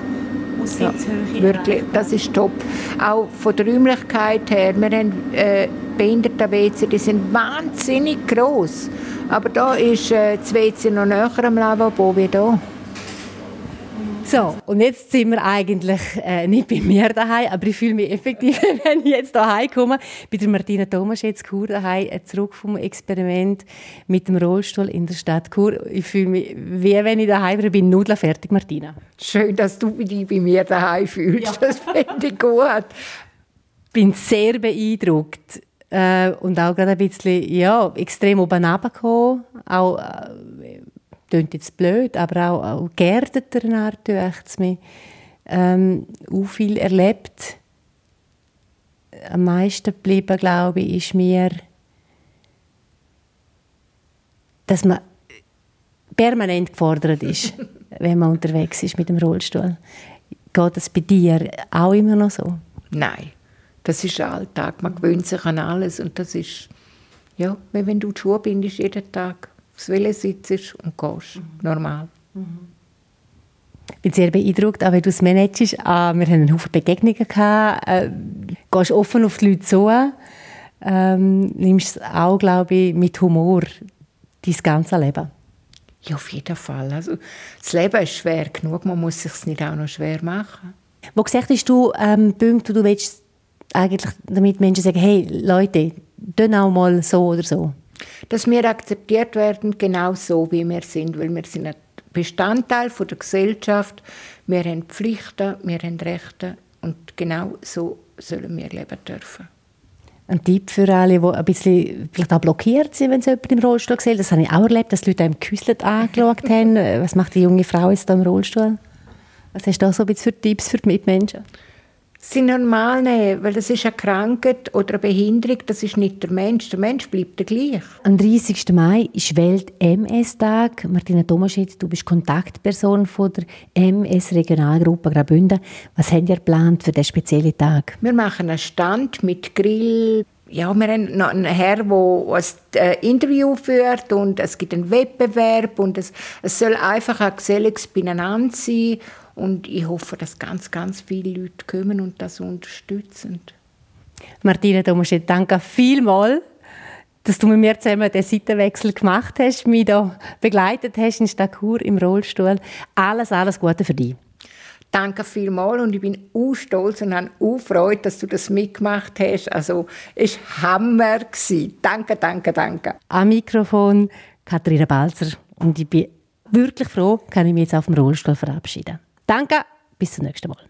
Speaker 1: aus
Speaker 2: Ja, wirklich, das ist top. Auch von der Räumlichkeit her, wir haben äh, Behinderte-WC, die sind wahnsinnig groß. Aber da ist äh, das WC noch näher am Lavabo wie da.
Speaker 1: So, und jetzt sind wir eigentlich äh, nicht bei mir daheim, aber ich fühle mich effektiv, wenn ich jetzt daheim komme. Bei der Martina Thomas jetzt Kur daheim, äh, zurück vom Experiment mit dem Rollstuhl in der Stadt Kur. Ich fühle mich, wie wenn ich daheim wäre, bin Nudeln fertig, Martina.
Speaker 2: Schön, dass du dich bei mir daheim fühlst. Das finde ich gut.
Speaker 1: bin sehr beeindruckt äh, und auch gerade ein bisschen ja, extrem oben runtergekommen. Auch, äh, klingt jetzt blöd, aber auch, auch geerdeter in Art, dünkt es mir. Ähm, auch viel erlebt. Am meisten geblieben, glaube ich, ist mir, dass man permanent gefordert ist, wenn man unterwegs ist mit dem Rollstuhl. Geht das bei dir auch immer noch so?
Speaker 2: Nein, das ist Alltag. Man gewöhnt sich an alles und das ist, ja, wie wenn du die Schuhe bindest jeden Tag, aufs Wille sitzt und gehst. Normal.
Speaker 1: Ich bin sehr beeindruckt, auch wenn du es managst. Ah, wir hatten Haufen Begegnungen. Gehabt. Äh, gehst offen auf die Leute zu. Ähm, nimmst es auch, glaube ich, mit Humor dein ganze Leben.
Speaker 2: Ja, auf jeden Fall. Also, das Leben ist schwer genug, man muss es sich nicht auch noch schwer machen.
Speaker 5: Wo gesagt hast du ähm, Punkte, wo du willst eigentlich damit Menschen sagen, hey Leute, dann auch mal so oder so?
Speaker 2: Dass wir akzeptiert werden, genau so, wie wir sind, weil wir sind ein Bestandteil von der Gesellschaft. Wir haben Pflichten, wir haben Rechte und genau so sollen wir leben dürfen.
Speaker 5: Ein Tipp für alle, die ein bisschen vielleicht auch blockiert sind, wenn sie jemanden im Rollstuhl sehen. Das habe ich auch erlebt, dass die Leute einem geküsselt angeschaut haben. Äh, Was macht die junge Frau jetzt da im Rollstuhl? Was hast du da so ein bisschen für Tipps für die Mitmenschen?
Speaker 2: Sie normal nehmen, weil das ist eine Krankheit oder eine Behinderung, das ist nicht der Mensch. Der Mensch bleibt der gleich.
Speaker 5: Am 30. Mai ist Welt-MS-Tag. Martina Tomaschitz, du bist Kontaktperson von der MS-Regionalgruppe Graubünden. Was habt ihr geplant für diesen speziellen Tag?
Speaker 2: Wir machen einen Stand mit Grill. Ja, wir haben noch einen Herrn, der ein Interview führt und es gibt einen Wettbewerb und es, es soll einfach ein geselliges Beieinander sein. Und ich hoffe, dass ganz, ganz viele Leute kommen und das unterstützen.
Speaker 5: Martina Domaschet, danke vielmals, dass du mit mir zusammen den Seitenwechsel gemacht hast, mich da begleitet hast in Stakur im Rollstuhl. Alles, alles Gute für dich.
Speaker 2: Danke vielmals und ich bin auch stolz und habe auch Freude, dass du das mitgemacht hast. Also, es war Hammer. Danke, danke, danke.
Speaker 5: Am Mikrofon Katharina Balzer und ich bin wirklich froh, kann ich mich jetzt auf dem Rollstuhl verabschieden. Danke, bis zum nächsten Mal.